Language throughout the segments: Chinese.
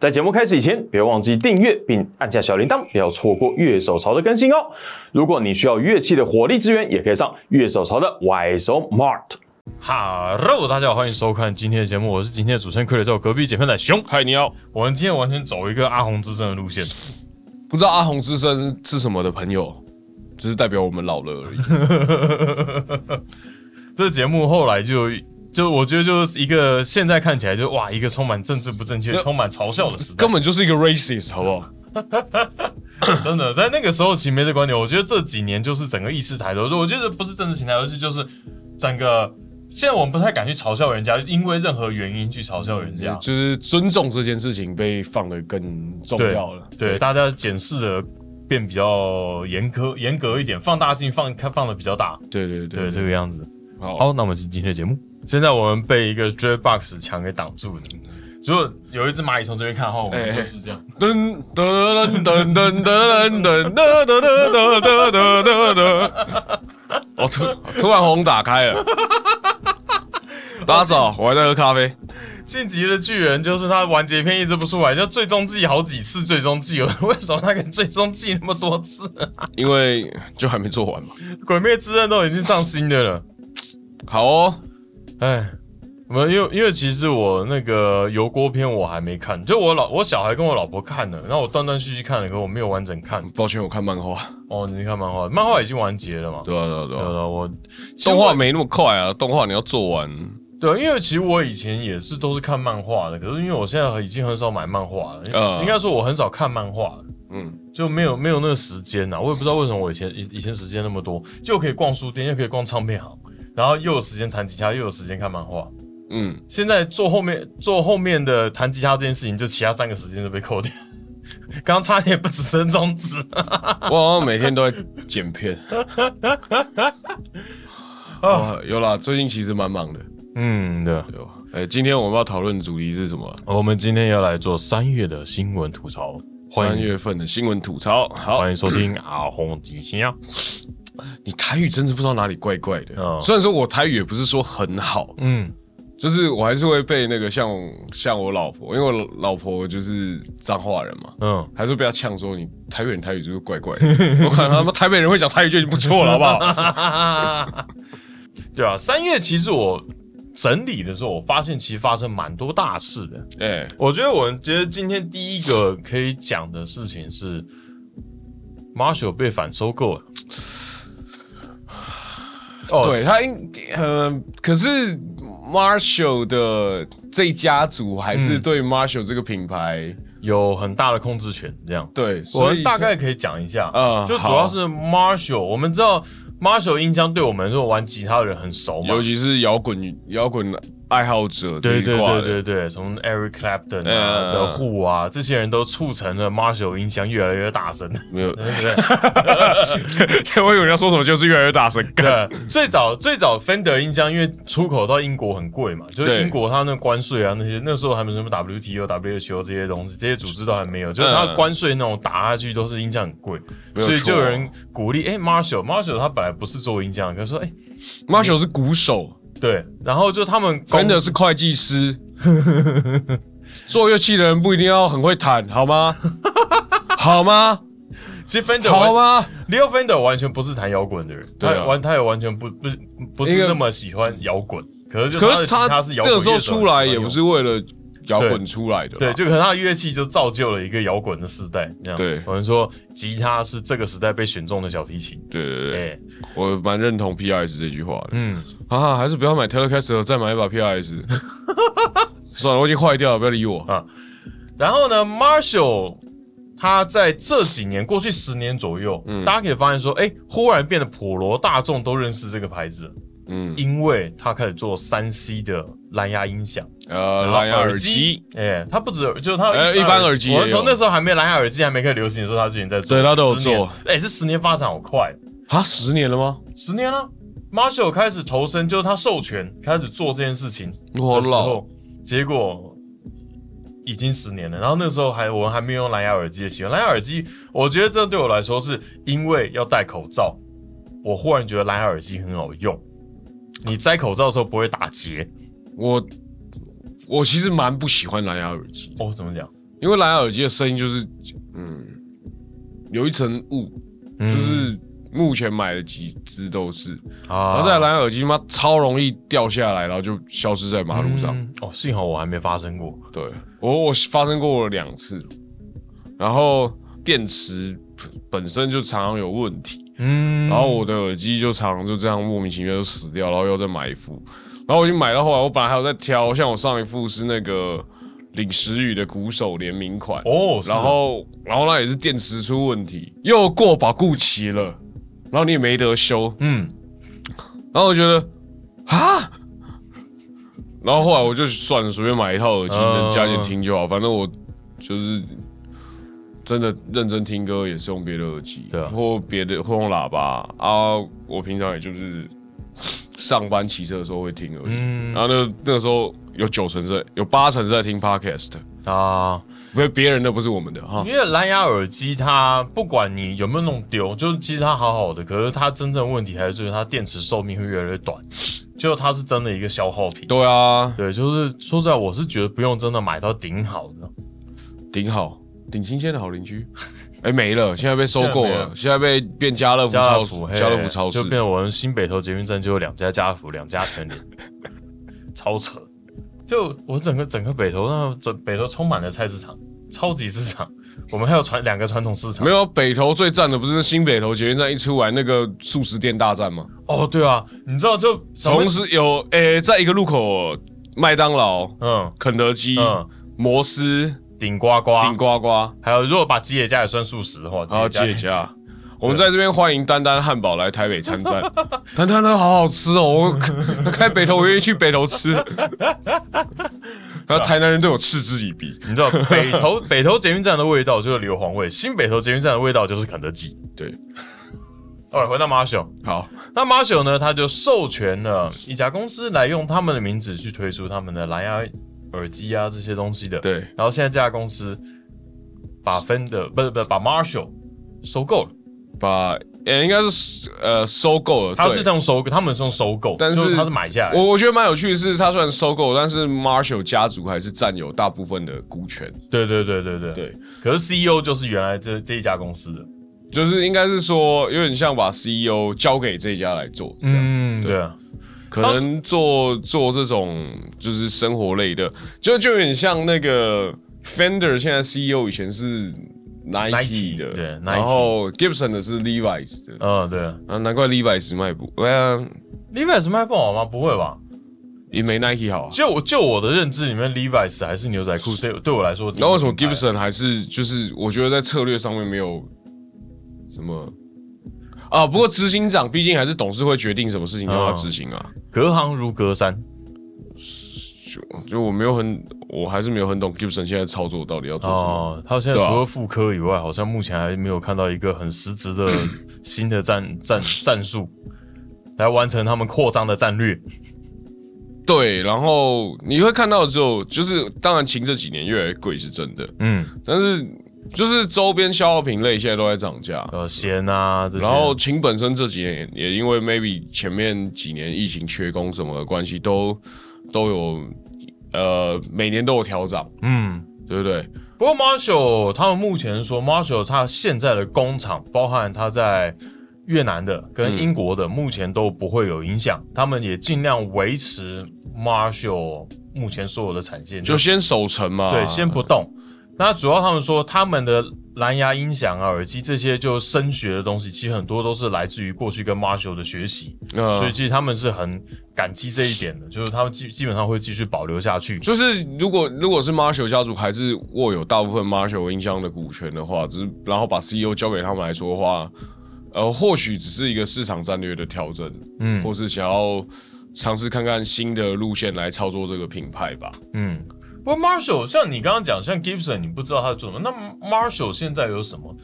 在节目开始以前，别忘记订阅并按下小铃铛，不要错过乐手潮的更新哦。如果你需要乐器的火力支援，也可以上乐手潮的 Y 手 Mart。Hello，大家好，欢迎收看今天的节目，我是今天的主持人傀儡在我隔壁姐妹仔熊。嗨，你好！我们今天完全走一个阿红之声的路线，不知道阿红之声是什么的朋友，只是代表我们老了而 已。这节目后来就就我觉得就是一个现在看起来就哇一个充满政治不正确、那充满嘲笑的时代根，本就是一个 racist，好不好？ 真的在那个时候其实没这观点。我觉得这几年就是整个意识抬头，我觉得不是政治形态，而是就是整个现在我们不太敢去嘲笑人家，因为任何原因去嘲笑人家。就是尊重这件事情被放得更重要了。对，大家检视的变比较严苛、严格一点，放大镜放开放的比较大，对对对对这个样子。好， 好，那我们进今天的节目。现在我们被一个 d r e b o x 墙给挡住了。如果嗯有一只蚂蚁从这边看的话，我们哎哎就是这样。噔噔噔噔噔噔噔噔噔噔噔噔噔噔，我哦突突然红打开了。大家早，我还在喝咖啡。晋级的巨人就是他完结篇一直不出来，就最终季好几次最终季了， 为什么他跟最终季那么多次？因为就还没做完嘛。鬼灭之刃都已经上新的了，好哦，哎，我们因为因为其实我那个油锅篇我还没看，就我老我小孩跟我老婆看了，然后我断断续续看了，可我没有完整看。抱歉，我看漫画。哦，你看漫画，漫画已经完结了嘛？对啊对啊对对啊，了，我动画没那么快啊，动画你要做完。对，啊因为其实我以前也是都是看漫画的，可是因为我现在已经很少买漫画了，嗯应该说我很少看漫画了。嗯。就没有没有那个时间呐、啊我也不知道为什么我以前以以前时间那么多，就可以逛书店，又可以逛唱片行，然后又有时间弹吉他，又有时间看漫画。嗯，现在做后面做后面的弹吉他这件事情，就其他三个时间都被扣掉， 刚刚差点不止伸中指。我好像每天都在剪片。 哦啊，有啦，最近其实蛮忙的。嗯的，对吧？哎、今天我们要讨论主题是什么？我们今天要来做三月的新闻吐槽，欢三迎月份的新闻吐槽。好，欢迎收听阿红吉啊祥。你台语真是不知道哪里怪怪的。嗯虽然说我台语也不是说很好，嗯，就是我还是会被那个像像我老婆，因为我老婆就是彰化人嘛，嗯， 还是被她呛说你台北人台语就是怪怪的。 我看他们台北人会讲台语就已经不错了，好不好？ 对啊，三月其实我整理的时候，我发现其实发生蛮多大事的。哎、我觉得我觉得今天第一个可以讲的事情是，Marshall 被反收购 了。哦，对他应呃，可是 Marshall 的这一家族还嗯是对 Marshall 这个品牌、有很大的控制权，这样。对，我所以大概可以讲一下，嗯就主要是 Marshall，我们知道 Marshall 音箱对我们这种玩吉他的人很熟嘛尤，其是摇滚摇滚爱好者这对一对挂对对的，对，从 Eric Clapton 啊、嗯的 Who 啊，这些人都促成了 Marshall 音箱越来越大声， 没有，对不对？我以为你要说什么，就是越来越大声。干对，最早最早 Fender 音箱，因为出口到英国很贵嘛，就是对英国它那关税啊那些，那时候还没有什么 WTO、WHO 这些东西，这些组织都还没有，就是它嗯关税那种打下去都是音箱很贵，没有所以就错有人鼓励，哎、m a r s h a l l Marshall 他本来不是做音箱的，可是说，哎、 Marshall 是鼓手对，然后就他们公，Fender 是会计师，做乐器的人不一定要很会弹，好吗？好吗？其实 Fender 好完吗？ ，Leo Fender 完全不是弹摇滚的人，对啊他完他也完全不不是不一是个那么喜欢摇滚，可是就可是他的吉他他是摇这滚乐个时手候很喜欢出来也摇不滚是为了摇对滚出来的啦，对，就可能他的乐器就造就了一个摇滚的时代。这样对有人说吉他是这个时代被选中的小提琴。对对对哎、对。我蛮认同 PRS 这句话的嗯，啊，还是不要买 Telecaster，再买一把 PRS。算了，我已经坏掉了，不要理我。然后呢，Marshall 他在这几年过去十年左右，嗯大家可以发现说，哎、忽然变得普罗大众都认识这个牌子，嗯，因为他开始做三 C 的蓝牙音响。呃，然后蓝牙耳耳机机，哎、它不止有，就是它哎一般耳机也我们从有那时候还没蓝牙耳机还没开始流行的时候，他就已经在做，对它都有10年做。哎、这十年发展好快，哦啊，十年了吗？十年了、m a r s h a l l 开始投身，就是他授权开始做这件事情我的时老，候，结果已经十年了。然后那时候还我们还没有用蓝牙耳机的习惯，蓝牙耳机我觉得这对我来说是因为要戴口罩，我忽然觉得蓝牙耳机很好用。你摘口罩的时候不会打结我我其实蛮不喜欢蓝牙耳机，哦？怎么讲？因为蓝牙耳机的声音就是，嗯，有一层雾，嗯就是目前买的几只都是，然啊后再来蓝牙耳机妈超容易掉下来，然后就消失在马路上。嗯哦，幸好我还没发生过。对我我发生过两次，然后电池本身就常常有问题，嗯，然后我的耳机就常常就这样莫名其妙就死掉，然后又再买一副，然后我已经买到后来，我本来还有在挑，像我上一副是那个领时雨的鼓手联名款，哦，是哦然后然后那也是电池出问题，又过保固期了，然后你也没得修，嗯，然后我觉得啊，然后后来我就算了，随便买一套耳机，嗯能加减听就好。反正我就是真的认真听歌，也是用别的耳机，对啊或别的或用喇叭啊。我平常也就是 上班骑车的时候会听而已。嗯然后那那个时候有九成是在有八成是在听 podcast，啊，不是别人的，不是我们的哈。因为蓝牙耳机它不管你有没有弄丢，就是其实它好好的，可是它真正问题还是就是它电池寿命会越来越 短，就它是真的一个消耗品。对啊，对，就是说实在，我是觉得不用真的买到顶好的。顶好顶新鲜的好邻居， 哎没了，现在被收现在购没了，了现在被变家乐福家乐超福，市，嘿家乐福超市就变成我们新北投捷运站就有两家家乐福，两家全联， 超扯。就我整个整个北投，那整北投充满了菜市场、超级市场，我们还有传两个传统市场没。有北投最赞的不是新北投捷运站一出来那个素食店大战吗？哦，对啊，你知道就同时有诶、在一个路口，麦当劳、嗯肯德基、嗯，啊摩斯、顶呱呱，顶呱呱，还有如果把吉野家也算素食的话，然后哦吉野家。我们在这边欢迎丹丹汉堡来台北参战，丹丹的好好吃哦！我 开北投，我愿意去北 投吃。然后台南人对我嗤之以鼻， 你知道北投 北投捷运站的味道就是硫磺味，新北投捷运站的味道就是肯德基。对，哦，回到马修，好，那马修呢，他就授权了一家公司来用他们的名字去推出他们的蓝牙耳机啊这些东西的。，对，然后现在这家公司把芬的不是不是把 Marshall 收购了，把诶、应该是呃收购了，他对是这样收购，他们是用收购，但是就他是买下来的。我我觉得蛮有趣的是，他虽然收购，但是 Marshall 家族还是占有大部分的股权。对对对对对。对，可是 CEO 就是原来这这一家公司的。就是应该是说，有点像把 CEO 交给这家来做，嗯，对对啊，可能做做这种就是生活类的，就就有点像那个 Fender 现在 CEO 以前是 Nike 的，对，Nike 然后 Gibson 的是 Levi's 的，嗯，对。啊，难怪 Levi's 卖不，哎呀， Levi's 卖不好吗？不会吧？也没 Nike 好啊。就我就我的认知里面，Levi's 还是牛仔裤对对我来说第一品牌。那为什么 Gibson 还是就是我觉得在策略上面没有什么啊？不过执行长毕竟还是董事会决定什么事情让他执行啊。隔行如隔山？就就我没有很，我还是没有很懂 Gibson 现在操作到底要做什么。哦，他现在对啊除了妇科以外，好像目前还没有看到一个很实质 的新的战战战术来完成他们扩张的战略。对，然后你会看到之后，就是当然琴这几年越来越贵是真的，嗯，但是就是周边消耗品类现在都在涨价。呃，弦啊这些，然后琴本身这几年也因为 maybe 前面几年疫情缺工什么的关系，都都有呃每年都有调涨，嗯，对不对？不过 Marshall 他们目前说 Marshall 他现在的工厂，包含他在越南的跟英国的，目前都不会有影响，他们也尽量维持 Marshall 目前所有的产线，就啊先守成嘛，对，先不动。那主要他们说，他们的蓝牙音响啊、耳机这些就声学的东西，其实很多都是来自于过去跟 Marshall 的学习，呃所以其实他们是很感激这一点的，就是他们基基本上会继续保留下去。就是如果如果是 Marshall 家族还是握有大部分 Marshall 音箱的股权的话，只是然后把 CEO 交给他们来说的话，呃，或许只是一个市场战略的调整，嗯或是想要尝试看看新的路线来操作这个品牌吧。嗯。不过 Marshall 像你刚刚讲，像 Gibson 你不知道他做什么，那 Marshall 现在有什么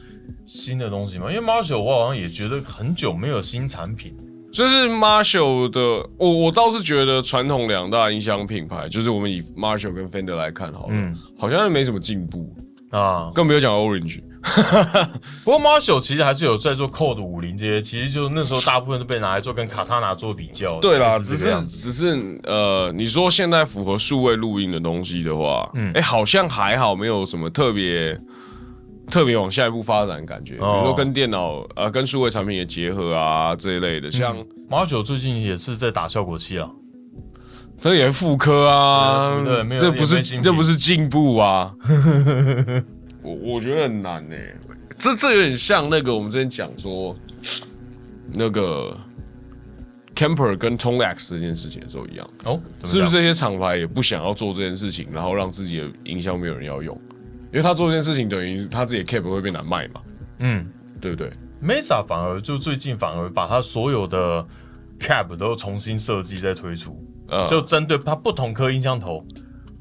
新的东西吗？因为 Marshall 我好像也觉得很久没有新产品。就是 Marshall 的，我我倒是觉得传统两大音箱品牌，就是我们以 Marshall 跟 Fender 来看好了，嗯好像没什么进步。啊。更不要讲 Orange。不过 Marshall 其实还是有在做 Code 五零这些，其实就那时候大部分都被拿来做跟卡塔拿做比较。对啦，就只这个是样子只是呃，你说现在符合数位录音的东西的话，嗯嗯，哎、好像还好，没有什么特别特别往下一步发展的感觉。哦比如说跟电脑呃，跟数位产品也结合啊这一类的，像、嗯 Marshall 最近也是在打效果器啊，这也是副科啊，对对没有这不也是没进步这不是进步啊。 我我觉得很难呢、欸这这有点像那个我们之前讲说那个 Camper 跟 Tonex 这件事情的时候一样。哦，怎么是不讲？是这些厂牌也不想要做这件事情，然后让自己的营销没有人要用？因为他做这件事情，等于他自己的 cap 会被难卖嘛，嗯对不对？ ，Mesa 反而就最近反而把它所有的 Cap 都重新设计再推出，呃，就针对它不同颗音箱头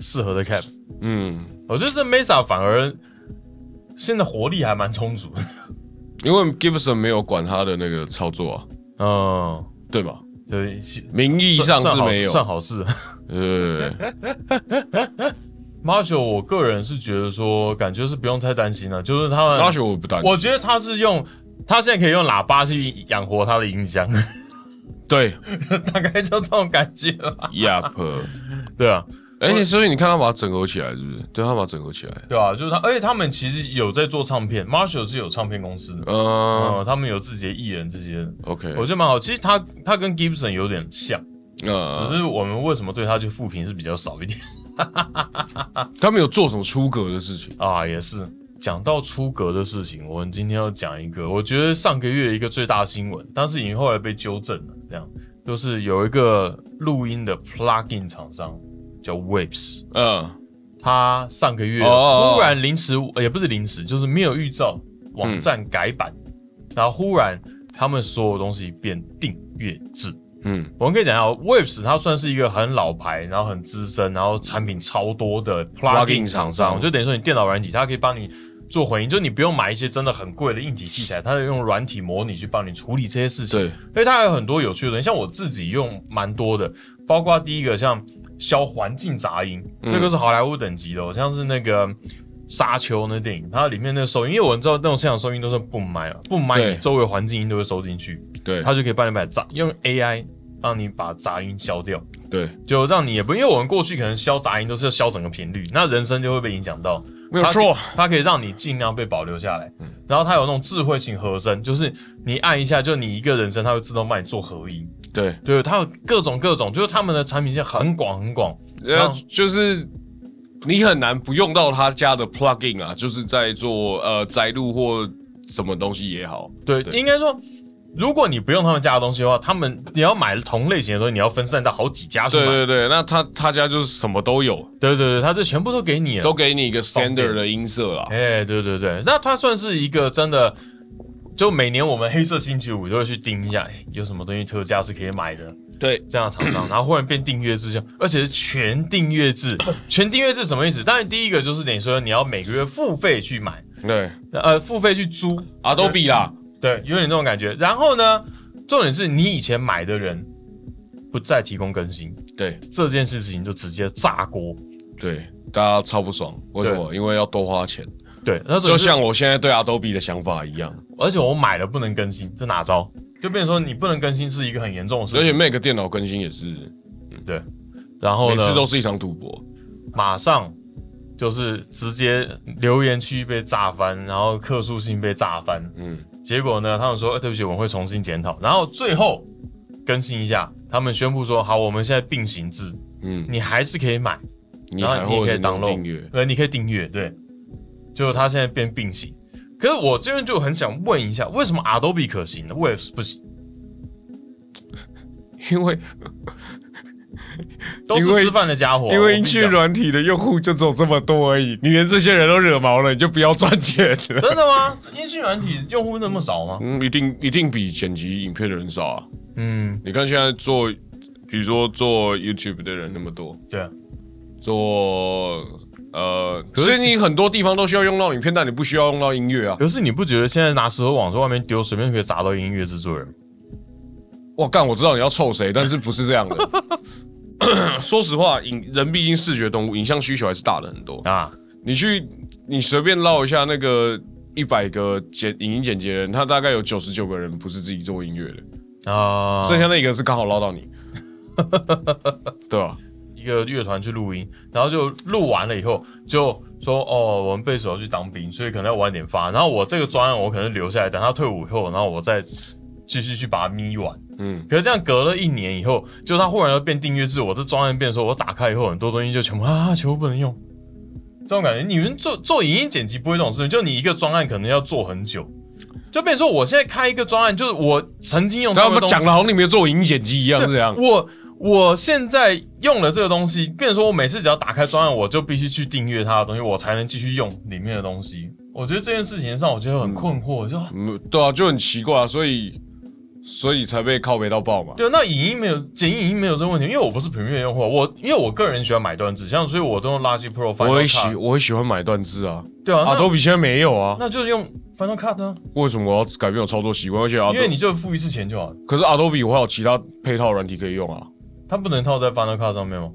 适合的 Cap。嗯，我觉得这 Mesa 反而现在活力还蛮充足的。因为 Gibson 没有管他的那个操作啊，嗯，对吧？对，名义上是没有，算好事。 呃， Marshall，我个人是觉得说，感觉是不用太担心了，啊就是他们大学我不担嗯心，我觉得他是用他现在可以用喇叭去养活他的音箱， 对大概就这种感觉吧。 ，Yep，对啊，而且所以你看他把它整合起来，是不是？对他把它整合起来，对啊，就是他，而且他们其实有在做唱片，Marshall 是有唱片公司的，嗯呃，他们有自己的艺人这些的， ，OK，嗯我觉得蛮好。其实他他跟 Gibson 有点像，只嗯，是我们为什么对他去负评是比较少一点他没有做什么出格的事情，啊，也是。讲到出格的事情，我们今天要讲一个，我觉得上个月一个最大新闻，但是已经后来被纠正了。这样就是有一个录音的 plugin 厂商叫 Waves，嗯，他上个月哦忽然临时，呃也不是临时，就是没有预兆，网站改版，嗯然后忽然他们所有东西变订阅制。嗯，我们可以讲一下，Waves 它算是一个很老牌，然后很资深，然后产品超多的 Plugin plugin 厂厂商商，就等于说你电脑软体，它可以帮你做混音，就你不用买一些真的很贵的硬体器材，它就用软体模拟去帮你处理这些事情。对，因为它还有很多有趣的东西，像我自己用蛮多的，包括第一个像消环境杂音，嗯这个是好莱坞等级的、哦，像是那个《沙丘》那电影，它里面那个收音，因为我知道那种现场收音都是不麦啊，不麦对你周围环境音都会收进去，对，它就可以帮你把杂用 AI 让你把杂音消掉，对，就让你也不因为我们过去可能消杂音都是要消整个频率，那人声就会被影响到，没有错，嗯它可以让你尽量被保留下来。然后它有那种智慧型和声，就是你按一下，就你一个人声，它会自动帮你做合音。对。对，它有各种各种，就是他们的产品线很广很广。呃然，后就是你很难不用到他家的 plugin 啊，就是在做呃摘录或什么东西也好，对，对应该说，如果你不用他们家的东西的话，他们你要买同类型的东西，你要分散到好几家去对买。对对，那他他家就是什么都有，对对对，他就全部都给你了都。给你一个 standard 的音色啦。哎，对对对，那它算是一个真的，就每年我们黑色星期五都会去盯一下，哎有什么东西特价是可以买的。对，这样的厂商，然后忽然变订阅制，而且是全订阅制。全订阅制什么意思？当然，第一个就是等于说你要每个月付费去买，对呃，付费去租， ，Adobe 啦，对，有点这种感觉。然后呢，重点是你以前买的人不再提供更新，对这件事情就直接炸锅。对，大家超不爽，为什么？因为要多花钱，对，那就像我现在对 Adobe 的想法一样，而且我买了不能更新，这哪招？就变成说你不能更新是一个很严重的事而且情。 Mac 电脑更新也是对，然后每呢，次都是一场赌博，马上就是直接留言区被炸翻，然后客诉信被炸翻。嗯，结果呢，他们说、呃对不起，我们会重新检讨，然后最后更新一下，他们宣布说好，我们现在并行制，嗯，你还是可以买，你然还后你也会可以有那种 download 订阅，对，你可以订阅，对。就是它现在变并行，可是我这边就很想问一下，为什么 Adobe 可行呢，Waves 不行？因为都因为是吃饭的家伙啊，因为我音跟你讯讲软体的用户就只有这么多而已，你连这些人都惹毛了，你就不要赚钱了。真的吗？音讯软体用户那么少吗？ 嗯，一定一定比剪辑影片的人少啊！嗯，你看现在做，比如说做 YouTube 的人那么多，对啊，做呃，可所是以你很多地方都需要用到影片，但你不需要用到音乐啊！可是你不觉得现在拿石头往这外面丢，随便可以砸到音乐制作人吗？哇，干，我知道你要臭谁，但是不是这 样的。说实话，影人毕竟视觉动物，影像需求还是大了很多。啊，你去你随便唠一下那个一百个剪影音剪辑人，他大概有九十九个人不是自己做音乐的，啊，剩下那一个是刚好唠 到你，对啊吧、一个乐团去录音，然后就录完了以后就说哦，我们贝斯手要去当兵，所以可能要晚点发。然后我这个专案我可能留下来，等他退伍以后，然后我再继续去把它咪完。嗯，可是这样隔了一年以后，就他忽然又变订阅制，我这专案变的时候，我打开以后很多东西就全部啊，全部不能用。这种感觉，你们做做影音剪辑不会这种事情，就你一个专案可能要做很久，就变成说我现在开一个专案，就是我曾经用但到我的东们西讲，的好像你没有做影音剪辑一样，这 样。我我现在用了这个东西，变成说我每次只要打开专案，我就必须去订阅它的东西，我才能继续用里面的东西。我觉得这件事情上，我觉得很困惑，就嗯，对啊，就很奇怪、啊，所以所以才被靠北到爆嘛。对，啊那影音没有剪影音没有这个问题，因为我不是 Premiere 用户，啊我因为我个人喜欢买段子，像所以我都用垃圾 Pro Final 我也喜 Cut，我也喜欢买段子啊，对啊，阿那多比现在没有啊，那就用 Final Cut 呢、为什么我要改变我操作习惯？而且阿因多为，你就付一次钱就好了，可是阿多比我还有其他配套软体可以用啊，它不能套在 Final Cut 上面吗？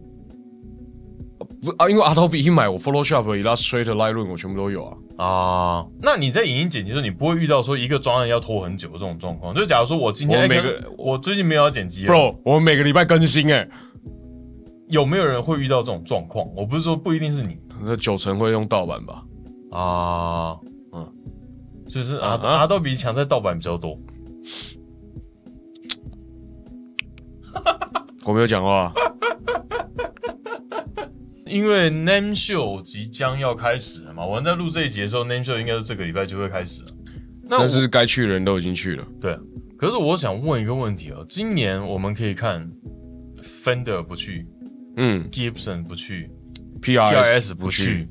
不啊，因为阿多比一买我 Photoshop、Illustrator、Lightroom 我全部都有啊。啊，那你在影音剪辑的时候，你不会遇到说一个专案要拖很久的这种状况。就假如说我今天我哎每可个能我最近没有要剪辑了 Bro，我们每个礼拜更新哎、有没有人会遇到这种状况？我不是说不一定是你那九成会用盗版吧？啊，嗯嗯，就是啊阿啊阿豆比强在盗版比较多。我没有讲话啊，因为 Name Show 即将要开始了嘛，我们在录这一集的时候，Name Show 应该是这个礼拜就会开始了。那我但是该去的人都已经去了。对，可是我想问一个问题哦，今年我们可以看 Fender 不去嗯，Gibson 不去，PRS ，PRS 不不去去，，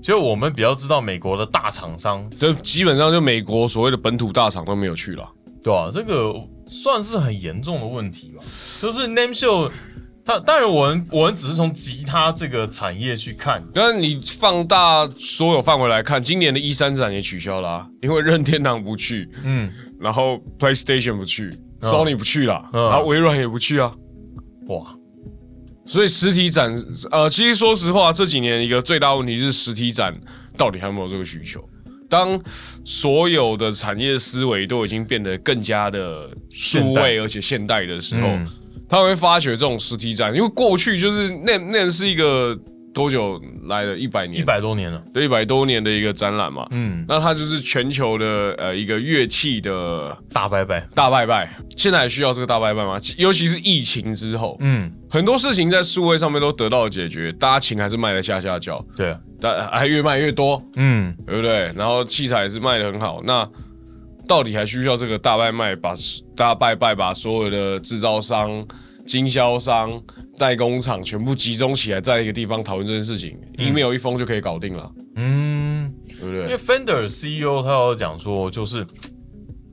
其实我们比较知道美国的大厂商，就基本上就美国所谓的本土大厂都没有去了。对吧、这个算是很严重的问题吧。就是 Name Show，它当然我们我们只是从吉他这个产业去看，但你放大所有范围来看，今年的一三展也取消啦、啊因为任天堂不去，嗯，然后 PlayStation 不去、嗯 s o n y 不去啦，嗯然后微软也不去啊。哇，所以实体展，呃，其实说实话，这几年一个最大问题是实体展到底还有没有这个需求？当所有的产业思维都已经变得更加的数现代位而且现代的时候，嗯他会发觉这种实体展，因为过去就是那那是一个多久来的一百年，一百多年了，对一百多年的一个展览嘛。嗯，那它就是全球的呃一个乐器的大拜拜，大拜拜，现在还需要这个大拜拜吗？其尤其是疫情之后，嗯，很多事情在数位上面都得到了解决，大家琴还是卖的下下叫，对，但还越卖越多，嗯。对不对？然后器材也是卖的很好，那到底还需要这个大拜卖把大拜拜把所有的制造商、经销商、代工厂全部集中起来，在一个地方讨论这件事情、e m a i l 一封就可以搞定了，嗯，对不因为对？ Fender CEO 他有讲说，就是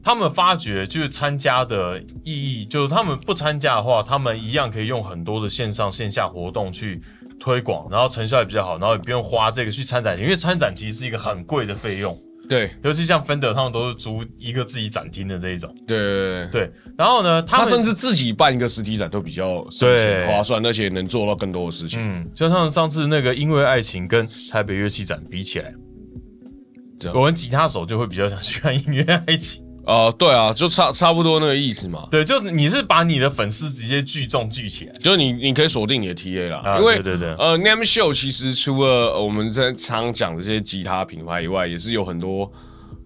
他们发觉就是参加的意义，就是他们不参加的话，他们一样可以用很多的线上线下活动去推广，然后成效也比较好，然后也不用花这个去参展钱，因为参展其实是一个很贵的费用，对尤其像 Fender 他们都是租一个自己展厅的这一种，对对对。对，然后呢，他他们甚至自己办一个实体展都比较省对钱、划算，而且能做到更多的事情。嗯，就像上次那个因为爱情跟台北乐器展比起来嗯这。样我们吉他手就会比较想去看音乐爱情，呃，对啊，就差差不多那个意思嘛。对，就你是把你的粉丝直接聚众聚起来，就是你，你可以锁定你的 TA 啦，啊因为对对对呃，Name Show 其实除了呃我们在常讲的这些吉他品牌以外，也是有很多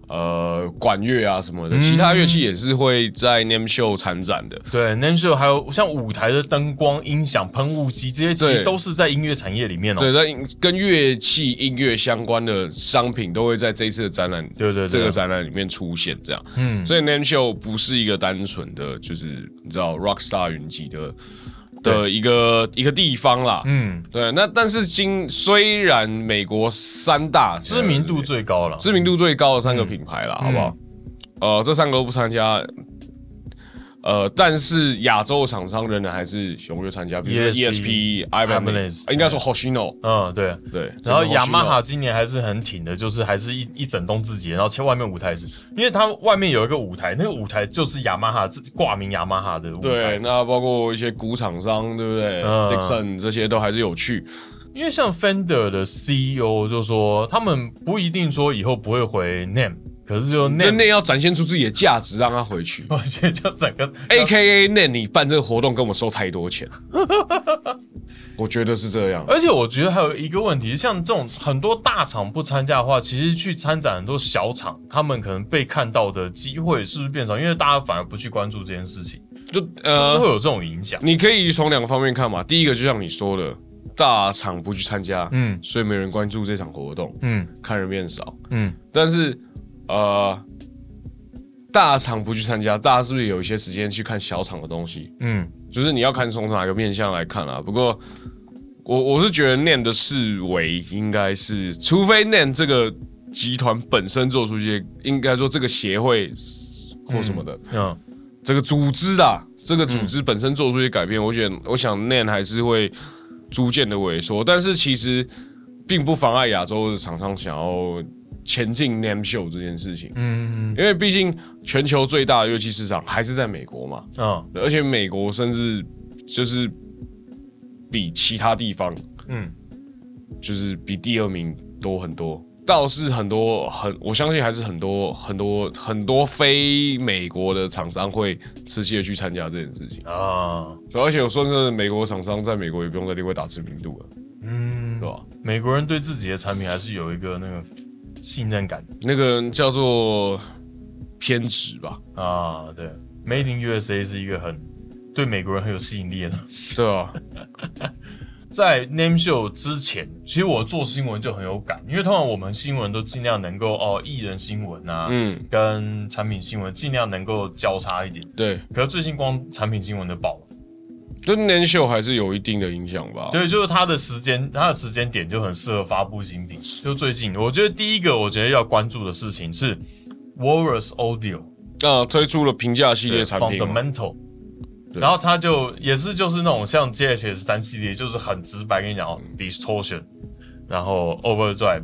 呃管乐啊什么嗯的，其他乐器也是会在 Name Show 参展的。对 n a m s h o 还有像舞台的灯光、音响、喷雾机这些，其实对都是在音乐产业里面哦。对，在跟乐器音乐相关的商品都会在这一次的展览，对对对这个展览里面出现这样。嗯，所以 Name Show 不是一个单纯的，就是你知道 Rockstar 云集的的一个一个地方啦。嗯，对，那但是今虽然美国三大知名度嗯最高了。知名度最高的三个品牌啦，好不好？呃，这三个都不参加，呃，但是亚洲厂商仍然还是踊跃参加，比如说 E ESP ESP、Ibanez， Ibanez，呃应该说 Hoshino，嗯，对。对，然后这个 Hoshino 雅马哈今年还是很挺的，就是还是一一整栋自己的，然后前外面舞台是，因为它外面有一个舞台，那个舞台就是雅马哈自挂名雅马哈的舞台。对，那包括一些鼓厂商，对不对嗯？Dixon 这些都还是有去。因为像 Fender 的 CEO 就说，他们不一定说以后不会回 name，可是就就 name，那要展现出自己的价值，让他回去。我觉得就整个 A K A 那你办这个活动跟我收太多钱， 我觉得是这样。而且我觉得还有一个问题，像这种很多大厂不参加的话，其实去参展很多小厂，他们可能被看到的机会是不是变少？因为大家反而不去关注这件事情，是就不是会呃，有这种影响？你可以从两个方面看嘛。第一个就像你说的，大厂不去参加，嗯所以没人关注这场活动，嗯看人变少。嗯，但是呃，大厂不去参加，大家是不是有一些时间去看小厂的东西？嗯就是你要看从哪个面向来看啊。不过我我是觉得 NAN 的视为应该是，除非 NAN 这个集团本身做出一些，应该说这个协会或什么的，嗯这个组织啦，这个组织本身做出一些改变，我觉得我想 NAN 还是会逐渐的萎缩，但是其实并不妨碍亚洲的厂商想要前进 NAN 秀这件事情，嗯因为毕竟全球最大的乐器市场还是在美国嘛。嗯而且美国甚至就是比其他地方，嗯就是比第二名多很多。倒是很多很，我相信还是很多很多很多非美国的厂商会持续的去参加这件事情。啊对而且我说真的，美国厂商在美国也不用再另外打知名度了，嗯对，吧？美国人对自己的产品还是有一个那个信任感那个叫做偏执吧，啊。对，Made in USA 是一个很对美国人很有吸引力的东西。对啊吧？在 Name Show 之前，其实我做新闻就很有感，因为通常我们新闻都尽量能够哦，艺人新闻啊，嗯，跟产品新闻尽量能够交叉一点。对，可是最近光产品新闻的爆，跟年秀还是有一定的影响吧。对，就是它的时间，它的时间点就很适合发布新品。就最近，我觉得第一个我觉得要关注的事情是 Walrus Audio 那、推出了平价系列产品嘛， Fundamental。对然后它就也是就是那种像 JHS 三系列，就是很直白跟你讲嗯哦，distortion，然后 overdrive、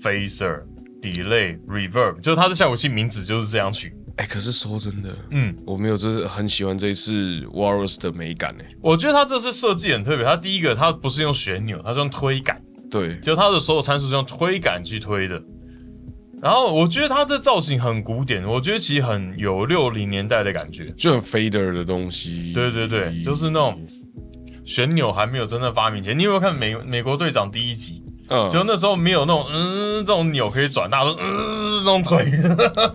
phaser、delay、reverb，就是它的效果器名字就是这样取。哎、可是说真的，嗯，我没有，就是很喜欢这一次 Walrus 的美感诶、欸我觉得它这次设计很特别。它第一个，它不是用旋钮，它是用推杆，对，就它的所有参数是用推杆去推的。然后我觉得它这造型很古典，我觉得其实很有六零年代的感觉。就很 Fader 的东西。对对对，就是那种旋钮还没有真正发明前，你有没有看美美国队长第一集？嗯，就那时候没有那种嗯这种钮可以转，大家都嗯这种腿，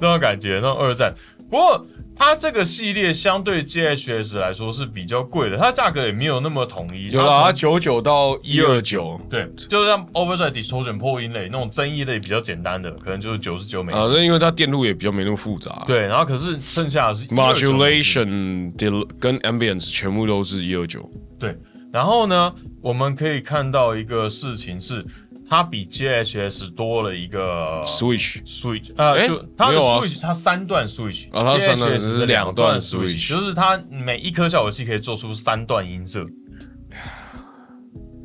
那种感觉，那种二战。不过它这个系列相对 GHS 来说是比较贵的，它价格也没有那么统一。有它啦，它从九九到一二九，对，就像 Overdrive Distortion 破音类那种争议类比较简单的，可能就是九十九美金。啊，那因为它电路也比较没那么复杂。对，然后可是剩下的是129美金，modulation 的跟 ambience 全部都是一二九。对，然后呢，我们可以看到一个事情是，它比 GHS 多了一个 Switch switch，呃，诶就它没的有啊 switch，它三段 switch，哦它三段 GHS 只是是两段 switch 就是它每一颗效果器可以做出三段音色。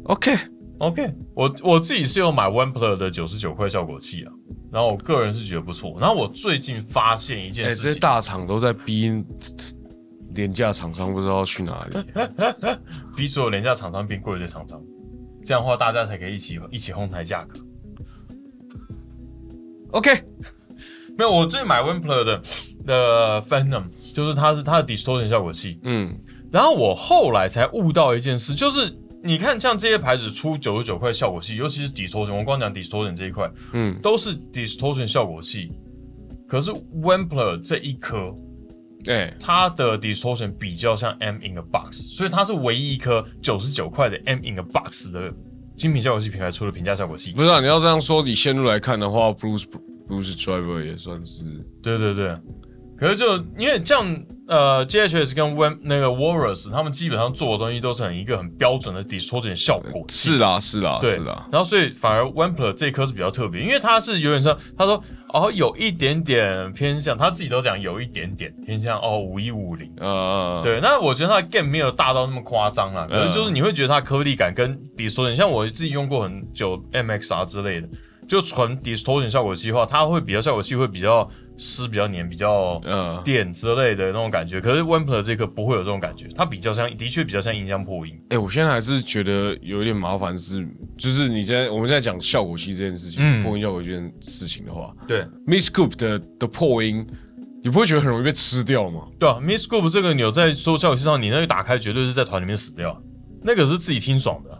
OK， OK，我我自己是有买 OnePlus 的九十九块效果器啊，然后我个人是觉得不错。然后我最近发现一件哎、事这些情，大厂都在逼廉价厂商不知道去哪 里。比所有廉价厂商变贵的厂商，这样的话大家才可以一起一起哄抬价格。 OK，没有，我最近买 OnePlus 的的 Phantom，就是它是它的 distortion 效果器。嗯，然后我后来才悟到一件事，就是你看像这些牌子出九十九块效果器，尤其是 distortion，我光讲 distortion 这一块，嗯，都是 distortion 效果器。可是 OnePlus 这一颗，哎、它的 distortion 比较像 M in a box，所以它是唯一一颗九十九块的 M in a box 的精品效果器品牌出的平价效果器不。知道、你要这样说，以线路来看的话，Bruce Bruce Driver 也算是对对对，可是就因为像呃 GHS 跟 w e m 那个 Walrus，他们基本上做的东西都是很一个很标准的 distortion 效果器。是啦是啦对是啦，然后所以反而 Wampler 这一颗是比较特别，因为它是有点像，他说哦有一点点偏向，他自己都讲有一点点偏向哦五一五零。呃，对，那我觉得它的 game 没有大到那么夸张啦，可是就是你会觉得它颗粒感跟 distortion，像我自己用过很久 MXR 之类的，就纯 distortion 效果器的话，它会比较效果器会比较湿、比较黏、比较嗯，点之类的那种感觉。可是 Wampler 这个不会有这种感觉，它比较像，的确比较像音箱破音。哎、我现在还是觉得有一点麻烦，是就是你现在我们现在讲效果器这件事情，嗯破音效果器这件事情的话对，Miss Coop 的的破音，你不会觉得很容易被吃掉吗？对啊，Miss Group 这个钮在说效果器上，你那个打开绝对是在团里面死掉，啊那个是自己听爽的。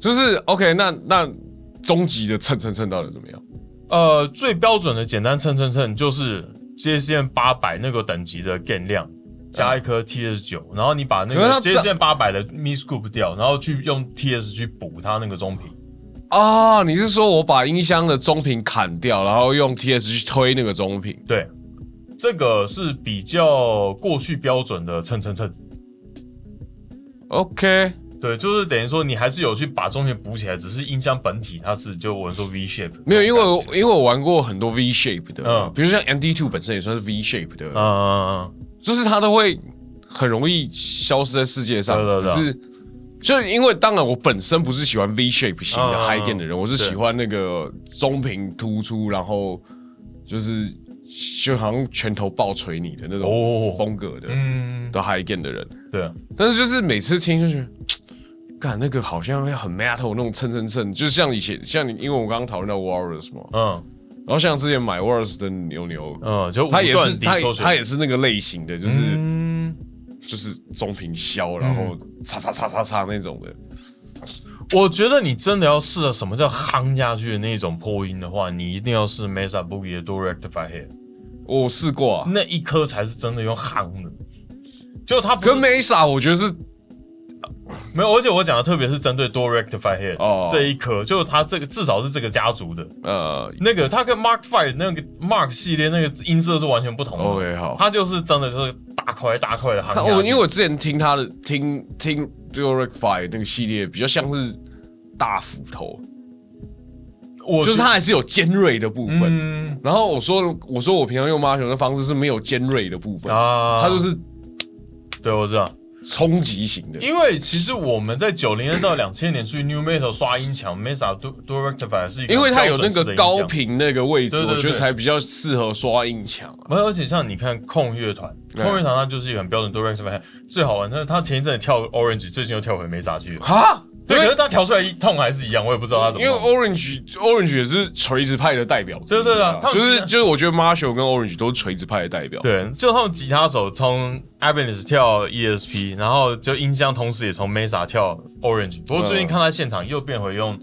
就是 OK，那那终极的蹭蹭蹭到底怎么样？呃，最标准的简单蹭蹭蹭就是接线八百那个等级的 gain 量，加一颗 TS 九，然后你把那嗯可是个它这接线八百的 miss group 掉，然后去用 TS 去补它那个中频。啊，你是说我把音箱的中频砍掉，然后用 TS 去推那个中频？对，这个是比较过去标准的蹭蹭蹭。 OK，对，就是等于说你还是有去把中频补起来，只是音箱本体它是就我们说 V shape。没有，因为我因为我玩过很多 V shape 的，嗯比如像 MD Two 本身也算是 V shape 的，嗯嗯就是它都会很容易消失在世界上。对对对可是，就因为当然我本身不是喜欢 V shape 型的嗯 high gain 的人，我是对喜欢那个中频突出，然后就是就好像拳头暴捶你的那哦种风格的、嗯嗯，的 high gain 的人。对，但是就是每次听就觉得，干那个好像要很 metal 那种蹭蹭蹭，就像以前像你，因为我刚刚讨论到 Warriors 嘛，嗯然后像之前买 Warriors 的牛牛，嗯，就它也是它也它也是是那个类型的，就是、嗯。就是中平削，然后叉叉叉叉叉那种的。我觉得你真的要试了什么叫夯下去的那种破音的话，你一定要试 Mesa Boogie 的 Do Rectify Head，我试过啊，那一颗才是真的用夯的。就它不是跟 Mesa 我觉得是没有，而且我讲的特别是针对 Do Rectify Head、哦这一颗，就是它这个至少是这个家族的呃那个，它跟 Mark Five 那个 Mark 系列那个音色是完全不同的。 OK 好。它就是真的就是大块大块的夯他下去。我哦因为我之前听他的听听 d u r e c f i 那个系列比较像是大斧头，我就是觉它还是有尖锐的部分。嗯然后我说，我说我平常用马熊的方式是没有尖锐的部分，啊，它就是对我知道。冲击型的。因为其实我们在九零年到两千年去 New Metal 刷音墙，Mesa Do Do Rectify 是一个因为它有那标准式的个音高响，频那个位置，对对对我觉得才比较适合刷音墙啊。没有，而且像你看控乐团，控对乐团它就是一个很标准 Do Rectify，最好玩。但是它前一阵子跳 Orange，最近又跳回 Mesa 去了。哈，对，因可为是它调出来一痛还是一样，我也不知道它怎因么为弄。 Orange Orange 也是垂直派的代表之一啊，对对对啊他们就是之前就是我觉得 Marshall 跟 Orange 都是垂直派的代表。对，就他们吉他手从 Avenis 跳 ESP，然后就音箱同时也从 Mesa 跳 Orange。不过最近嗯看他现场又变回用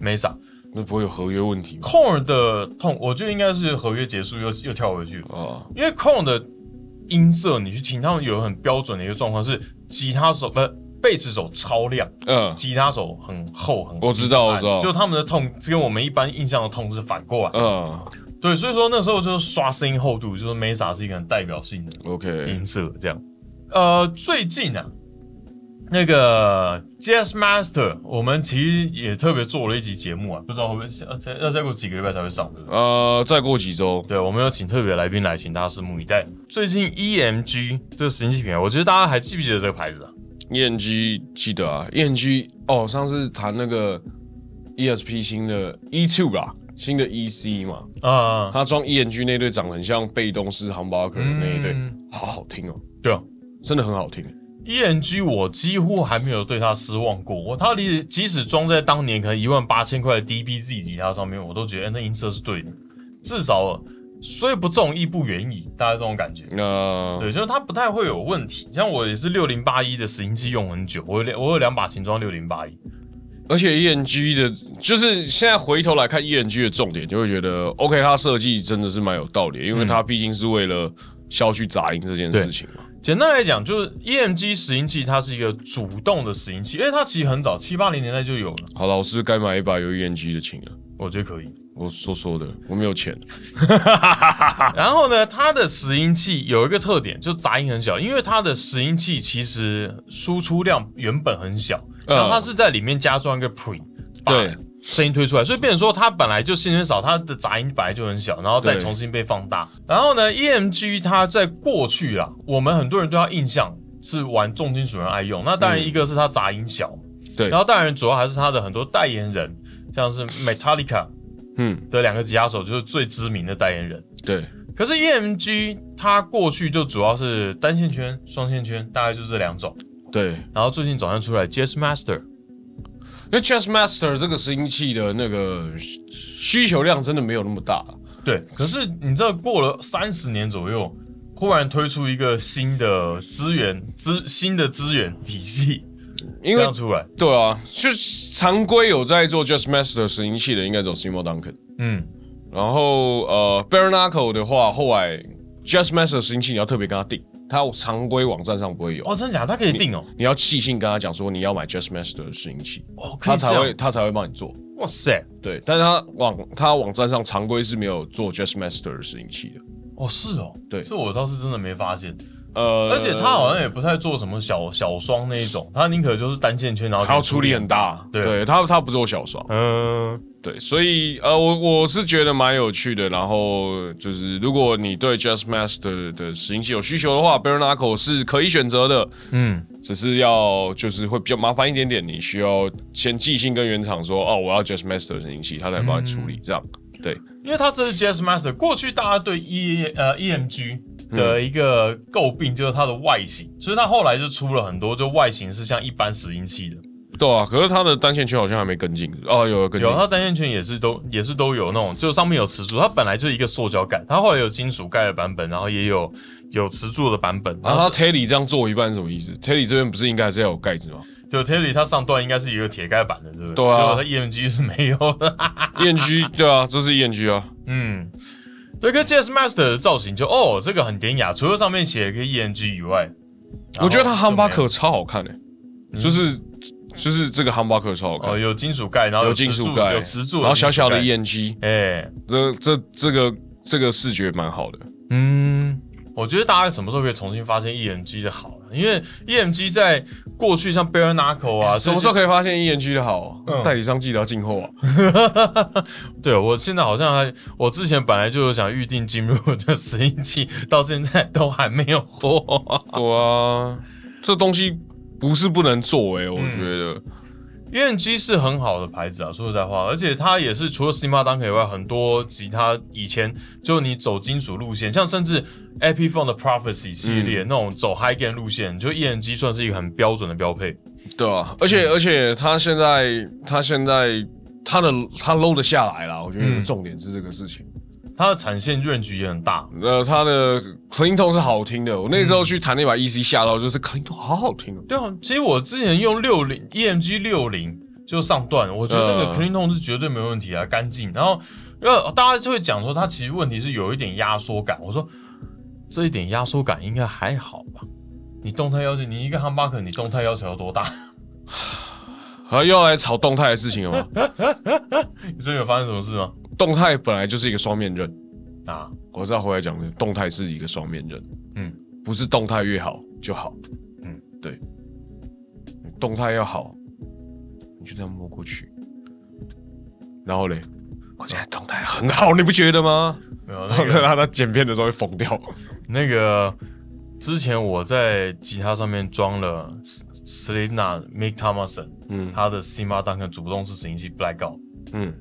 Mesa。那不会有合约问题吗？控的痛，我觉得应该是合约结束又又跳回去了。啊，因为控的音色，你去听他们有很标准的一个状况是，吉他手不、是贝斯手超亮，嗯吉他手很厚很。我知道很我知道就他们的痛跟我们一般印象的痛是反过来。嗯对，所以说那时候就是刷声音厚度，就是 Mesa 是一个很代表性的，OK，音色这样。呃，最近啊。那个 Jazz Master，我们其实也特别做了一集节目啊，不知道会不会要再要再过几个礼拜才会上，对不对呃，再过几周，对，我们有请特别来宾来，请大家拭目以待。最近 EMG 这个实验性品牌，我觉得大家还记不记得这个牌子啊？燕居，E 记得啊，燕居哦，上次谈那个 ESP 新的 E two 啦，新的 EC 嘛，啊、他装 ENG 那队长得很像被动式航巴克的那一队，嗯好好听哦，对啊真的很好听。 ，EMG 我几乎还没有对它失望过。我它离即使装在当年可能一万八千块的 DBZ 吉他上面，我都觉得哎那音色是对的，至少虽不中亦不远矣，大概这种感觉。那对，就是它不太会有问题。像我也是六零八一的拾音器用很久，我有两我有两把琴装六零八一。而且 ENG 的，就是现在回头来看 ENG 的重点，就会觉得 OK，它设计真的是蛮有道理的，因为它毕竟是为了消去杂音这件事情嘛。简单来讲，就是 EMG 拾音器，它是一个主动的拾音器，因为它其实很早，七八零年代就有了，好老师该买一把有 ENG 的琴了。我觉得可以。我说说的，我没有钱。啊然后呢，它的拾音器有一个特点，就杂音很小，因为它的拾音器其实输出量原本很小，嗯然后它是在里面加装一个 pre，对，声音推出来，所以变成说它本来就声音少，它的杂音本来就很小，然后再对重新被放大。然后呢，EMG 它在过去啦，我们很多人对它印象是玩重金属人爱用，那当然一个是它杂音小，嗯对然后当然主要还是它的很多代言人。像是 Metallica 嗯，的两个吉他手就是最知名的代言人。对，可是 EMG 它过去就主要是单线圈、双线圈，大概就这两种。对，然后最近早上出来 Jazz Master，因为 Chess Master 这个拾音器的那个需需求量真的没有那么大，对，可是你知道过了三十年左右，忽然推出一个新的资源资新的资源体系，因这为样出来，对啊，就是常规有在做 Chess Master 拾音器的，应该走 Simo Duncan，嗯，然后呃 b a r o n a c o 的话，后来 Chess Master 拾音器你要特别跟他订，他常规网站上不会有。啊哦，真假？它可以定哦，你要细心跟他讲说你要买 Just Master 的拾音器，哦，可他以才这会样，他才会帮你做。哇塞，对，但是他网他网站上常规是没有做 Just Master 的拾音器的。哦是哦，对这我倒是真的没发现，呃，而且他好像也不太做什么小小双那一种，他宁可就是单线圈，然后还要出力很大，对对他他不做小双，嗯，对，所以呃，我我是觉得蛮有趣的。然后就是，如果你对 Just Master 的拾音器有需求的话 b a r o n a c o 是可以选择的，嗯只是要就是会比较麻烦一点点，你需要先寄信跟原厂说哦，我要 Just Master 拾音器，他才帮你嗯处理、这样。对，因为他这是 Jazz Master，过去大家对 E 呃 EMG 的一个诟嗯病就是它的外形，所以它后来就出了很多，就外形是像一般拾音器的，对对啊，可是他的单线圈好像还没跟进哦，有有跟进有，啊它单线圈也是都也是都有那种，就上面有磁柱，它本来就是一个塑胶盖，它后来有金属盖的版本，然后也有有磁柱的版本，然然后后啊他 Terry 这样做一半是什么意思？Terry 这边不是应该还是要有盖子吗就 Terry 它上段应该是一个铁盖板的，对不对？对啊结果它 EMG 是没有 的，燕居对啊，这是燕居啊，嗯。对，跟 Jazz Master 的造型就哦，这个很典雅，除了上面写了个 EMG 以外，我觉得他然后就 Humbucker 没哦有嗯超好看诶、欸就是就是这个 Humbucker 超好看，哦，有金属盖，然后嗯有磁金柱属盖，有磁柱，然后小小的有金属燕居，盖，哎，这这这个这个视觉蛮好的。嗯，我觉得大家什么时候可以重新发现 EMG 的好？因为 EMG 在过去像 Bare Knuckle 啊，什么时最近？候可以发现燕居的好嗯？代理商记得要进货啊！ 对我现在好像还，我之前本来就有想预定进入的拾音器，到现在都还没有货。对啊，这东西不是不能做诶、我嗯觉得 EMG 是很好的牌子啊，说实在话，而且它也是除了 s i m a d a n k 以外，很多吉他以前就你走金属路线，像甚至 Epiphone 的 Prophecy 系列、那种走 High Gain 路线，就 EMG 算是一个很标准的标配。对啊，而嗯且而且他现在他现在他的他 low 得下来啦，我觉得有个嗯重点是这个事情。它的产线 range 也很大，呃，他的 Clinton 是好听的，我那时候去弹那嗯把 EC 吓到，就是 Clinton 好好听哦。对啊，其实我之前用六零 EMG 六零就上段，我觉得那个嗯 clean tone 是绝对没问题啊，干净。然后，呃，大家就会讲说它其实问题是有一点压缩感。我说这一点压缩感应该还好吧？你动态要求，你一个 humbucker 你动态要求要多大？ 啊，又要来炒动态的事情了吗？ 你最近有发生什么事吗？动态本来就是一个双面刃，啊，我是要回来讲的，动态是一个双面刃，嗯，不是动态越好就好，嗯嗯，对，动态要好，你就这样摸过去，然后嘞，我现在动态很好，你不觉得吗？没有然 那后个他他剪片的时候会疯掉，那个，之前我在吉他上面装了 Selena Mick Thomason 嗯他的 s i m a d u n c a 主动式拾音器 Blackout。嗯，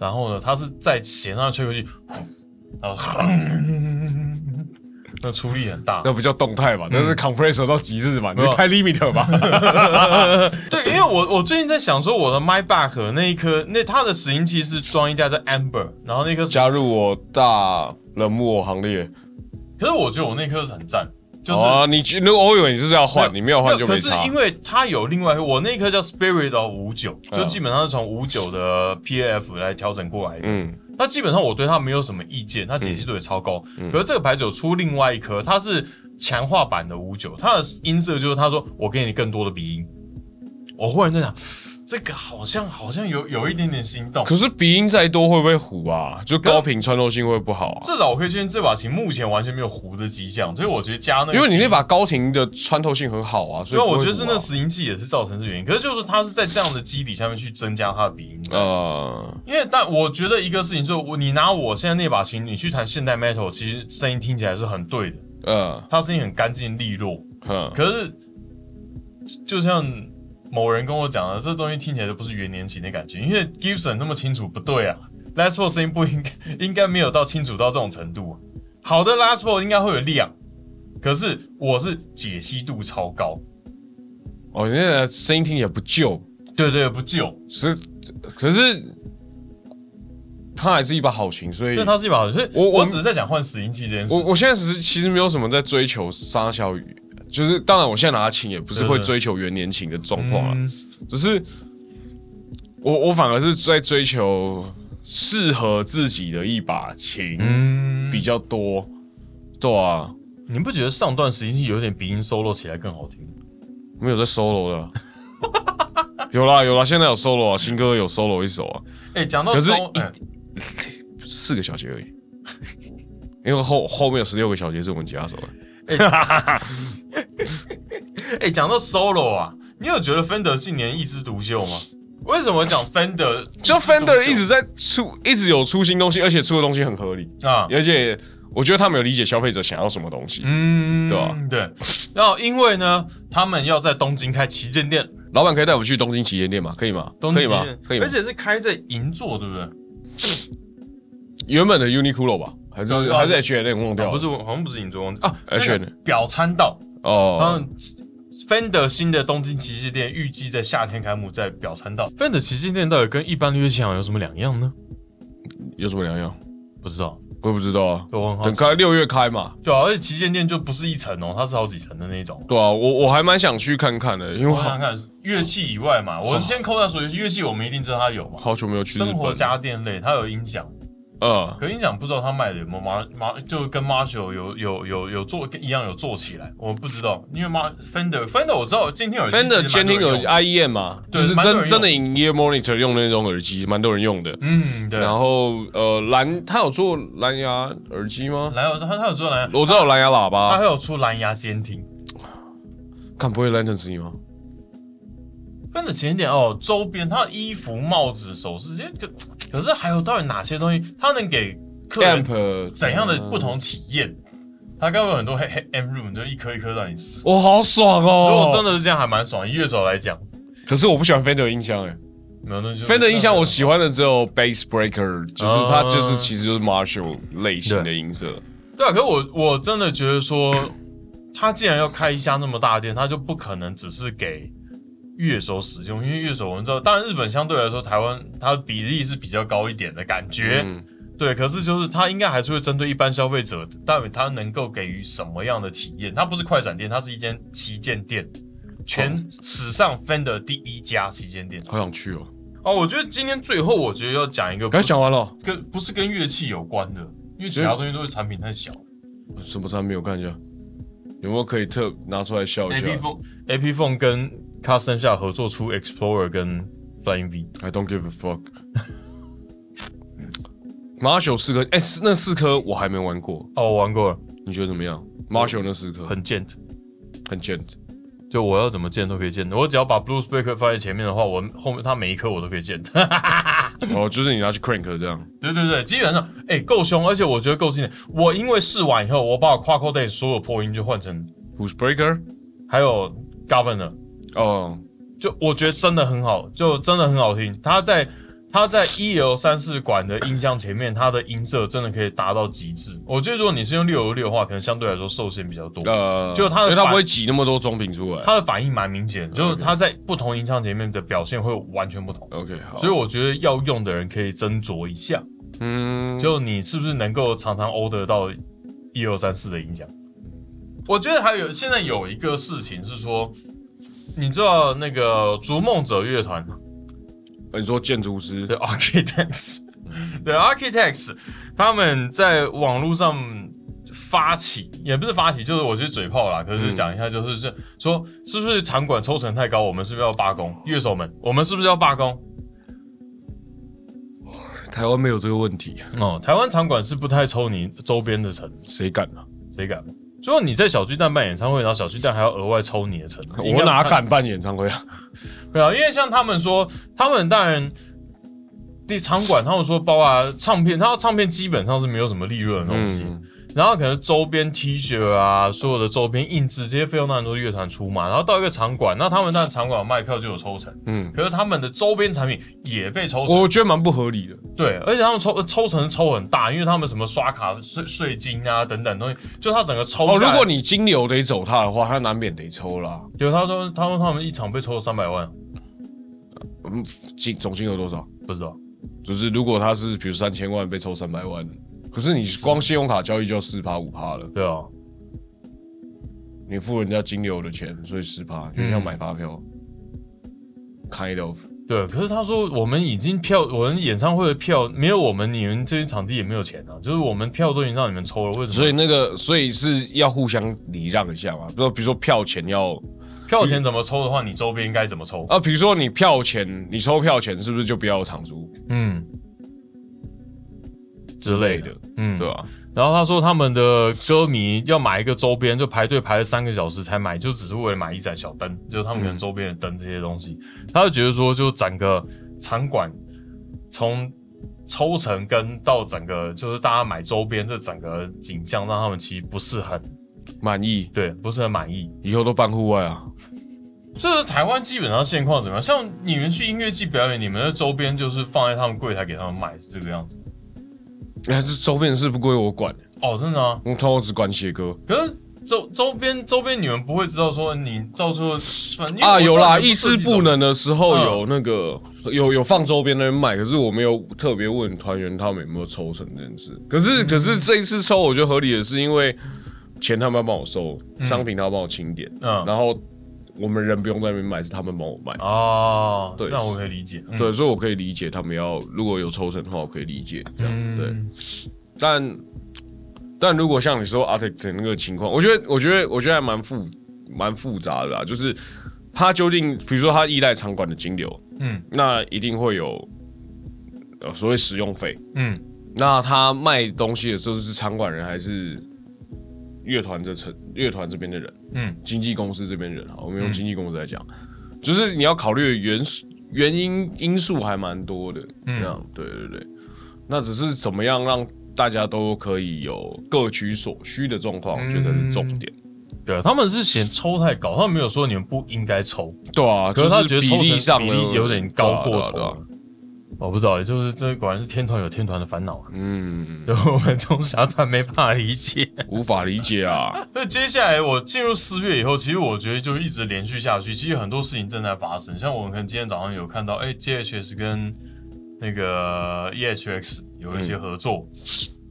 然后呢，它是在弦上吹过去，然后 那出力很大。那不叫动态吧？那是 compressor 到极致吧？你没有开 limit 吧？对，因为我我最近在想说，我的 My Back 那一颗，那它的拾音器是装一架叫 Amber，然后那颗是， 加入我大冷漠行列。可是我觉得我那颗是很赞，就是。哦，你觉如果我以为你就是要换，你没有换就可没是差。因为它有另外一颗，我那颗叫 Spirit of 五九，就嗯基本上是从五九的 PAF 来调整过来的。嗯，那基本上我对它没有什么意见，它解析度也超高。嗯可是这个牌子有出另外一颗，它是强化版的五九，它的音色就是他说我给你更多的鼻音。我忽然在想，这个好像好像有有一点点心动。可是鼻音再多会不会糊啊？就高频穿透性会不会不好啊？至少我可以确定这把琴目前完全没有糊的迹象，所以我觉得加那个，因为你那把高频的穿透性很好啊，对所以啊，不我会糊啊觉得是那拾音器也是造成这原因。可是就是它是在这样的基底下面去增加它的鼻音的。呃，因为但我觉得一个事情就是我，你拿我现在那把琴，你去弹现代 metal，其实声音听起来是很对的，呃，它声音很干净利落。哼，可是，就像某人跟我讲了，这东西听起来就不是元年琴的感觉，因为 Gibson 那么清楚，不对啊。Last Pro 声音不应该应该没有到清楚到这种程度、啊，好的 Last Pro 应该会有量，可是我是解析度超高，哦，你那个声音听起来不旧，对对不旧，是，可是它还是一把好琴，所以因为它是一把好，所以我我我我只是在讲换拾音器这件事我情。我现在只是其实没有什么在追求沙小雨，就是当然我现在拿它琴也不是对对会对追求元年琴的状况啊，嗯只是我我反而是在追求适合自己的一把琴、嗯，比较多，对啊，你不觉得上段拾音器有点鼻音 solo 起来更好听？没有在 solo 的啊。 有啦有啦，现在有 solo 啊，新歌有 solo 一首啊，哎、讲到可是 solo，一哎四个小节而已，因为后后面有十六个小节是我们吉他手的。哎，讲、到 solo 啊，你有觉得 Fender 近年一枝独秀吗？为什么讲 Fender 就 Fender 一直在出，一直有出新东西，而且出的东西很合理，啊？而且我觉得他们有理解消费者想要什么东西。嗯，对啊吧对。然后因为呢，他们要在东京开旗舰店，老板可以带我们去东京旗舰店吗？可以吗？东可京以旗舰吗店？可以吗而？且是开在银座，对不对？原本的 Uniqlo 吧，还对是对还是 H N 忘掉啊了？不是，好像不是银座忘记啊， H&M 那个表参道。哦，嗯，Fender 新的东京旗舰店预计在夏天开幕，在表参道。Fender 旗舰店到底跟一般的乐器行有什么两样呢？有什么两样？不知道，我也不知道啊。我很好等奇。开六月开嘛，对啊，而且旗舰店就不是一层哦，它是好几层的那种。对啊，我我还蛮想去看看的，因为我想想好看，乐器以外嘛，我先扣掉所有乐器，乐器我们一定知道它有嘛。好久没有去日生活本。家电类，它有音响，嗯，可音响不知道它卖的有没有马马，就跟 Marshall 有有有有做一样有做起来，我不知道，因为 Mar Fender Fender 我知道监听耳机，Fender 其实监蛮多听人用耳机 I E M 嘛，就对是蛮多人真用真的 in ear monitor 用那种耳机，蛮多人用的。嗯，对。然后呃，蓝，他有做蓝牙耳机吗？蓝牙，它它有做蓝牙，我知道有蓝牙喇它还叭，有出蓝牙监听。看不会 Lantern 声音吗？ Fender 旗舰店哦，周边它的衣服、帽子、首饰这些，可可是还有到底哪些东西，它能给客人 Amp 啊怎样的不？同体验？它该不会有很多黑黑 M room 就一颗一颗让你试。我好爽如哦！果真，的是这样，还蛮爽。以乐手来讲，可是我不喜欢 Fender 音箱哎没有那就，Fender 音箱我喜欢的只有 Bass Breaker，就是它就是啊其实就是 Marshall 类型的音色。对啊。可是我我真的觉得说，他既然要开一家那么大的店，他就不可能只是给乐手使用，因为乐手我们知道，当然日本相对来说台湾它的比例是比较高一点的感觉，嗯，对，可是就是它应该还是会针对一般消费者，到底它能够给予什么样的体验？它不是快闪店，它是一间旗舰店，全哦史上 Fender 第一家旗舰店。好想去哦！哦，我觉得今天最后我觉得要讲一个不刚是讲完了，哦跟不是跟乐器有关的，因为其他东西都是产品太小。什么产品？我看一下，有没有可以特拿出来笑一 A 下 P Phone A P Phone 跟 Custom 下合作出 Explorer 跟 Flying V， ？I don't give a fuck。Marshall 四颗，哎、四那四颗我还没玩过，哦，我玩过了，你觉得怎么样？Marshall 那四颗很贱的。很贱的。就我要怎么建都可以建的，我只要把 Blues Breaker 放在前面的话，我后面它每一颗我都可以建。哦，就是你拿去 crank 这样。对对对，基本上，哎、够凶，而且我觉得够经典。我因为试完以后，我把我 Quaco Day 所有破音就换成， Who's breaker？还有 Governor，哦，就我觉得真的很好，就真的很好听。它在它在 EL 三四管的音箱前面，它的音色真的可以达到极致。我觉得如果你是用六六六的话，可能相对来说受限比较多。呃，就它的因为它反不会挤那么多中品出来。它的反应蛮明显，就是它在不同音箱前面的表现会完全不同， OK，好。所以我觉得要用的人可以斟酌一下，嗯，就你是不是能够常常 order 到一二三四的影响？我觉得还有现在有一个事情是说，你知道那个逐梦者乐团吗呃你说建筑师对 Architects，对 Architects，他们在网络上发起，也不是发起，就是我觉得嘴炮啦，可是嗯讲一下，就是这说是不是场馆抽成太高，我们是不是要罢工？乐手们，我们是不是要罢工？台湾没有这个问题，哦，台湾场馆是不太抽你周边的成，谁敢啊？谁敢？所以你在小巨蛋办演唱会，然后小巨蛋还要额外抽你的成， 应我该哪不太？敢办演唱会啊？对啊，因为像他们说，他们当然。第场馆，他们说包啊，唱片，他唱片基本上是没有什么利润的东西，嗯，然后可能周边 T 恤啊，所有的周边印制这些费用当然都是乐团出嘛。然后到一个场馆，那他们当然场馆有卖票就有抽成，嗯，可是他们的周边产品也被抽成，我觉得蛮不合理的。对，而且他们抽抽成抽很大，因为他们什么刷卡税税金啊等等东西，就他整个抽下哦，来。如果你金流得走他的话，他难免得抽啦。有他说他说他们一场被抽三百万，嗯，金总金额多少？不知道就是如果他是比如三千万被抽三百万，可是你光信用卡交易就要四趴五趴了，对啊，你付人家金流的钱，所以四趴，就像买发票。Kind of，对，啊可是他说我们已经票，我们演唱会的票没有我们，你们这些场地也没有钱啊，就是我们票都已经让你们抽了，为什么？所以那个，嗯所以是要互相礼让一下嘛。比如说，比如说票钱要票钱怎么抽的话，你周边应该怎么抽？啊，比如说你票钱，你抽票钱是不是就不要有场租嗯，之类的，嗯，对吧、然后他说他们的歌迷要买一个周边，就排队排了三个小时才买，就只是为了买一盏小灯，就是他们可能周边的灯这些东西。他就觉得说，就整个场馆从抽成跟到整个就是大家买周边这整个景象，让他们其实不是很满意，对，不是很满意。以后都办户外啊。这台湾基本上现况怎么样？像你们去音乐季表演，你们的周边就是放在他们柜台给他们卖，是这个样子。哎、这周边的事不归我管，哦，真的啊。我通常只管写歌可是周周边周边你们不会知道说你到时候反正因为啊。我知道有啦，你一们丝设计不周能的时候嗯有那个、有有放周边那边卖，可是我没有特别问团员他们有没有抽成这件事。可是、嗯可是这一次抽，我觉得合理的是因为钱他们要帮我收，商品他要帮我清点，嗯然后我们人不用在那边买，是他们帮我买。哦，对那我可以理解。嗯对，所以我可以理解他们要如果有抽成的话，我可以理解这样。对，嗯但但如果像你说 Arctic 的那个情况，我觉得我觉得我觉得还蛮复蛮复杂的啦，就是他究竟，比如说他依赖场馆的金流，嗯那一定会有呃所谓使用费。嗯那他卖东西的时候是场馆人还是乐团这层乐团这边的人？嗯经纪公司这边人哈，我们用嗯经纪公司来讲，就是你要考虑的原原因因素还蛮多的，嗯这样、对对对。那只是怎么样让大家都可以有各取所需的状况，我觉得是重点。嗯，对，他们是嫌抽太高，他们没有说你们不应该抽，对啊，可是他觉就得是抽比成例上比呢例有点高对过头啊对啊对啊了。我不知道，也就是这果然是天团有天团的烦恼啊， 嗯，有我们中小团没办法理解。无法理解啊。那接下来我进入四月以后，其实我觉得就一直连续下去，其实很多事情正在发生。像我们可能今天早上有看到，哎、g h s 跟那个 EHX 有一些合作，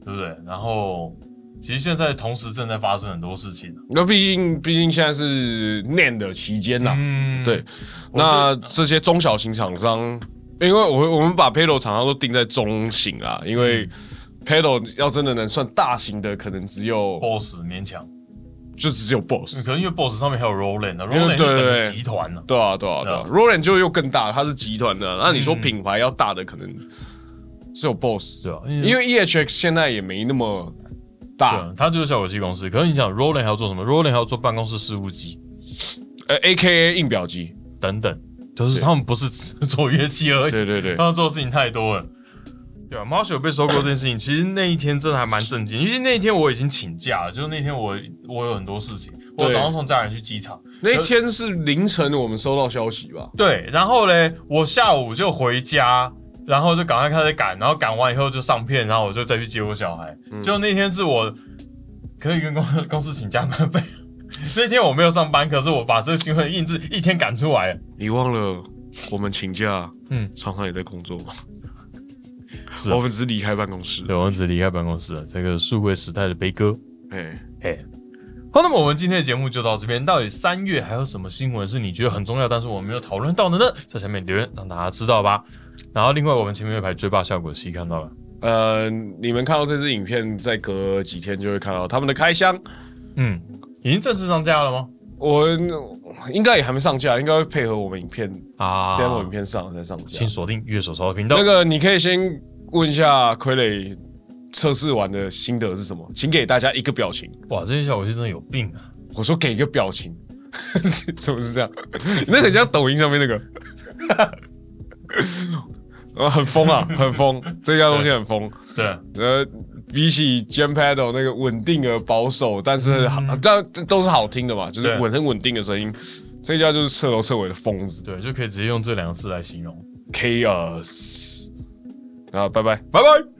对不对？然后其实现在同时正在发生很多事情。啊那毕竟毕竟现在是 NAND 的期间呐、嗯对，那这些中小型厂商，因为我我们把 Pedal 厂商都定在中型啊，嗯因为 Pedal 要真的能算大型的，可能只有，BOSS 勉强，就只有 Boss，可能因为 BOSS 上面还有 Roland 啊因，Roland 是为嗯对整对个集团呢、对啊对啊对啊对，Roland 就又更大，它是集团的啊，那你说嗯品牌要大的，可能只有 Boss，对啊，因为 EHX 现在也没那么大，对，啊它就是效果器公司。可是你想，Roland 还要做什么？Roland 还要做办公室事务机呃，AKA 印表机，等等，就是对他们不是只做乐器而已。对对对，他做的事情太多了。对啊，Marshall 被收购这件 事情，其实那一天真的还蛮震惊，因为那一天我已经请假了，就是那天我我有很多事情，我对早上送家人去机场，那一天是凌晨我们收到消息吧，对，然后嘞，我下午就回家，然后就赶快开始赶，然后赶完以后就上片，然后我就再去接我小孩。就那天是我可以跟公公司请假班费， 那天我没有上班，可是我把这个新闻印制一天赶出来了。你忘了我们请假，嗯，常常也在工作吗？是啊我们只是离开办公室。对，我们只离开办公室了，这个数位时代的悲歌。哎，嘿，好，那么我们今天的节目就到这边。到底三月还有什么新闻是你觉得很重要，但是我们没有讨论到的呢？在下面留言让大家知道吧。然后，另外我们前面有一排追霸效果器看到了，呃，你们看到这支影片，再隔几天就会看到他们的开箱。嗯，已经正式上架了吗？我应该也还没上架，应该会配合我们影片、啊 demo 影片上再上请架。锁定月手潮的频道那。个你可以先问一下傀儡测试完的心得是什么，请给大家一个表情。哇，这些效果器真的有病啊！我说给一个表情， 怎么是这样？那个很像抖音上面那个， 哦啊，很疯啊，很疯，这家东西很疯。对，呃，比起 Jam Pedal 那个稳定而保守，但是好但都是好听的嘛，就是对稳很稳定的声音。这家就是彻头彻尾的疯子对，就可以直接用这两个字来形容。 ，Chaos。啊，拜拜，拜拜。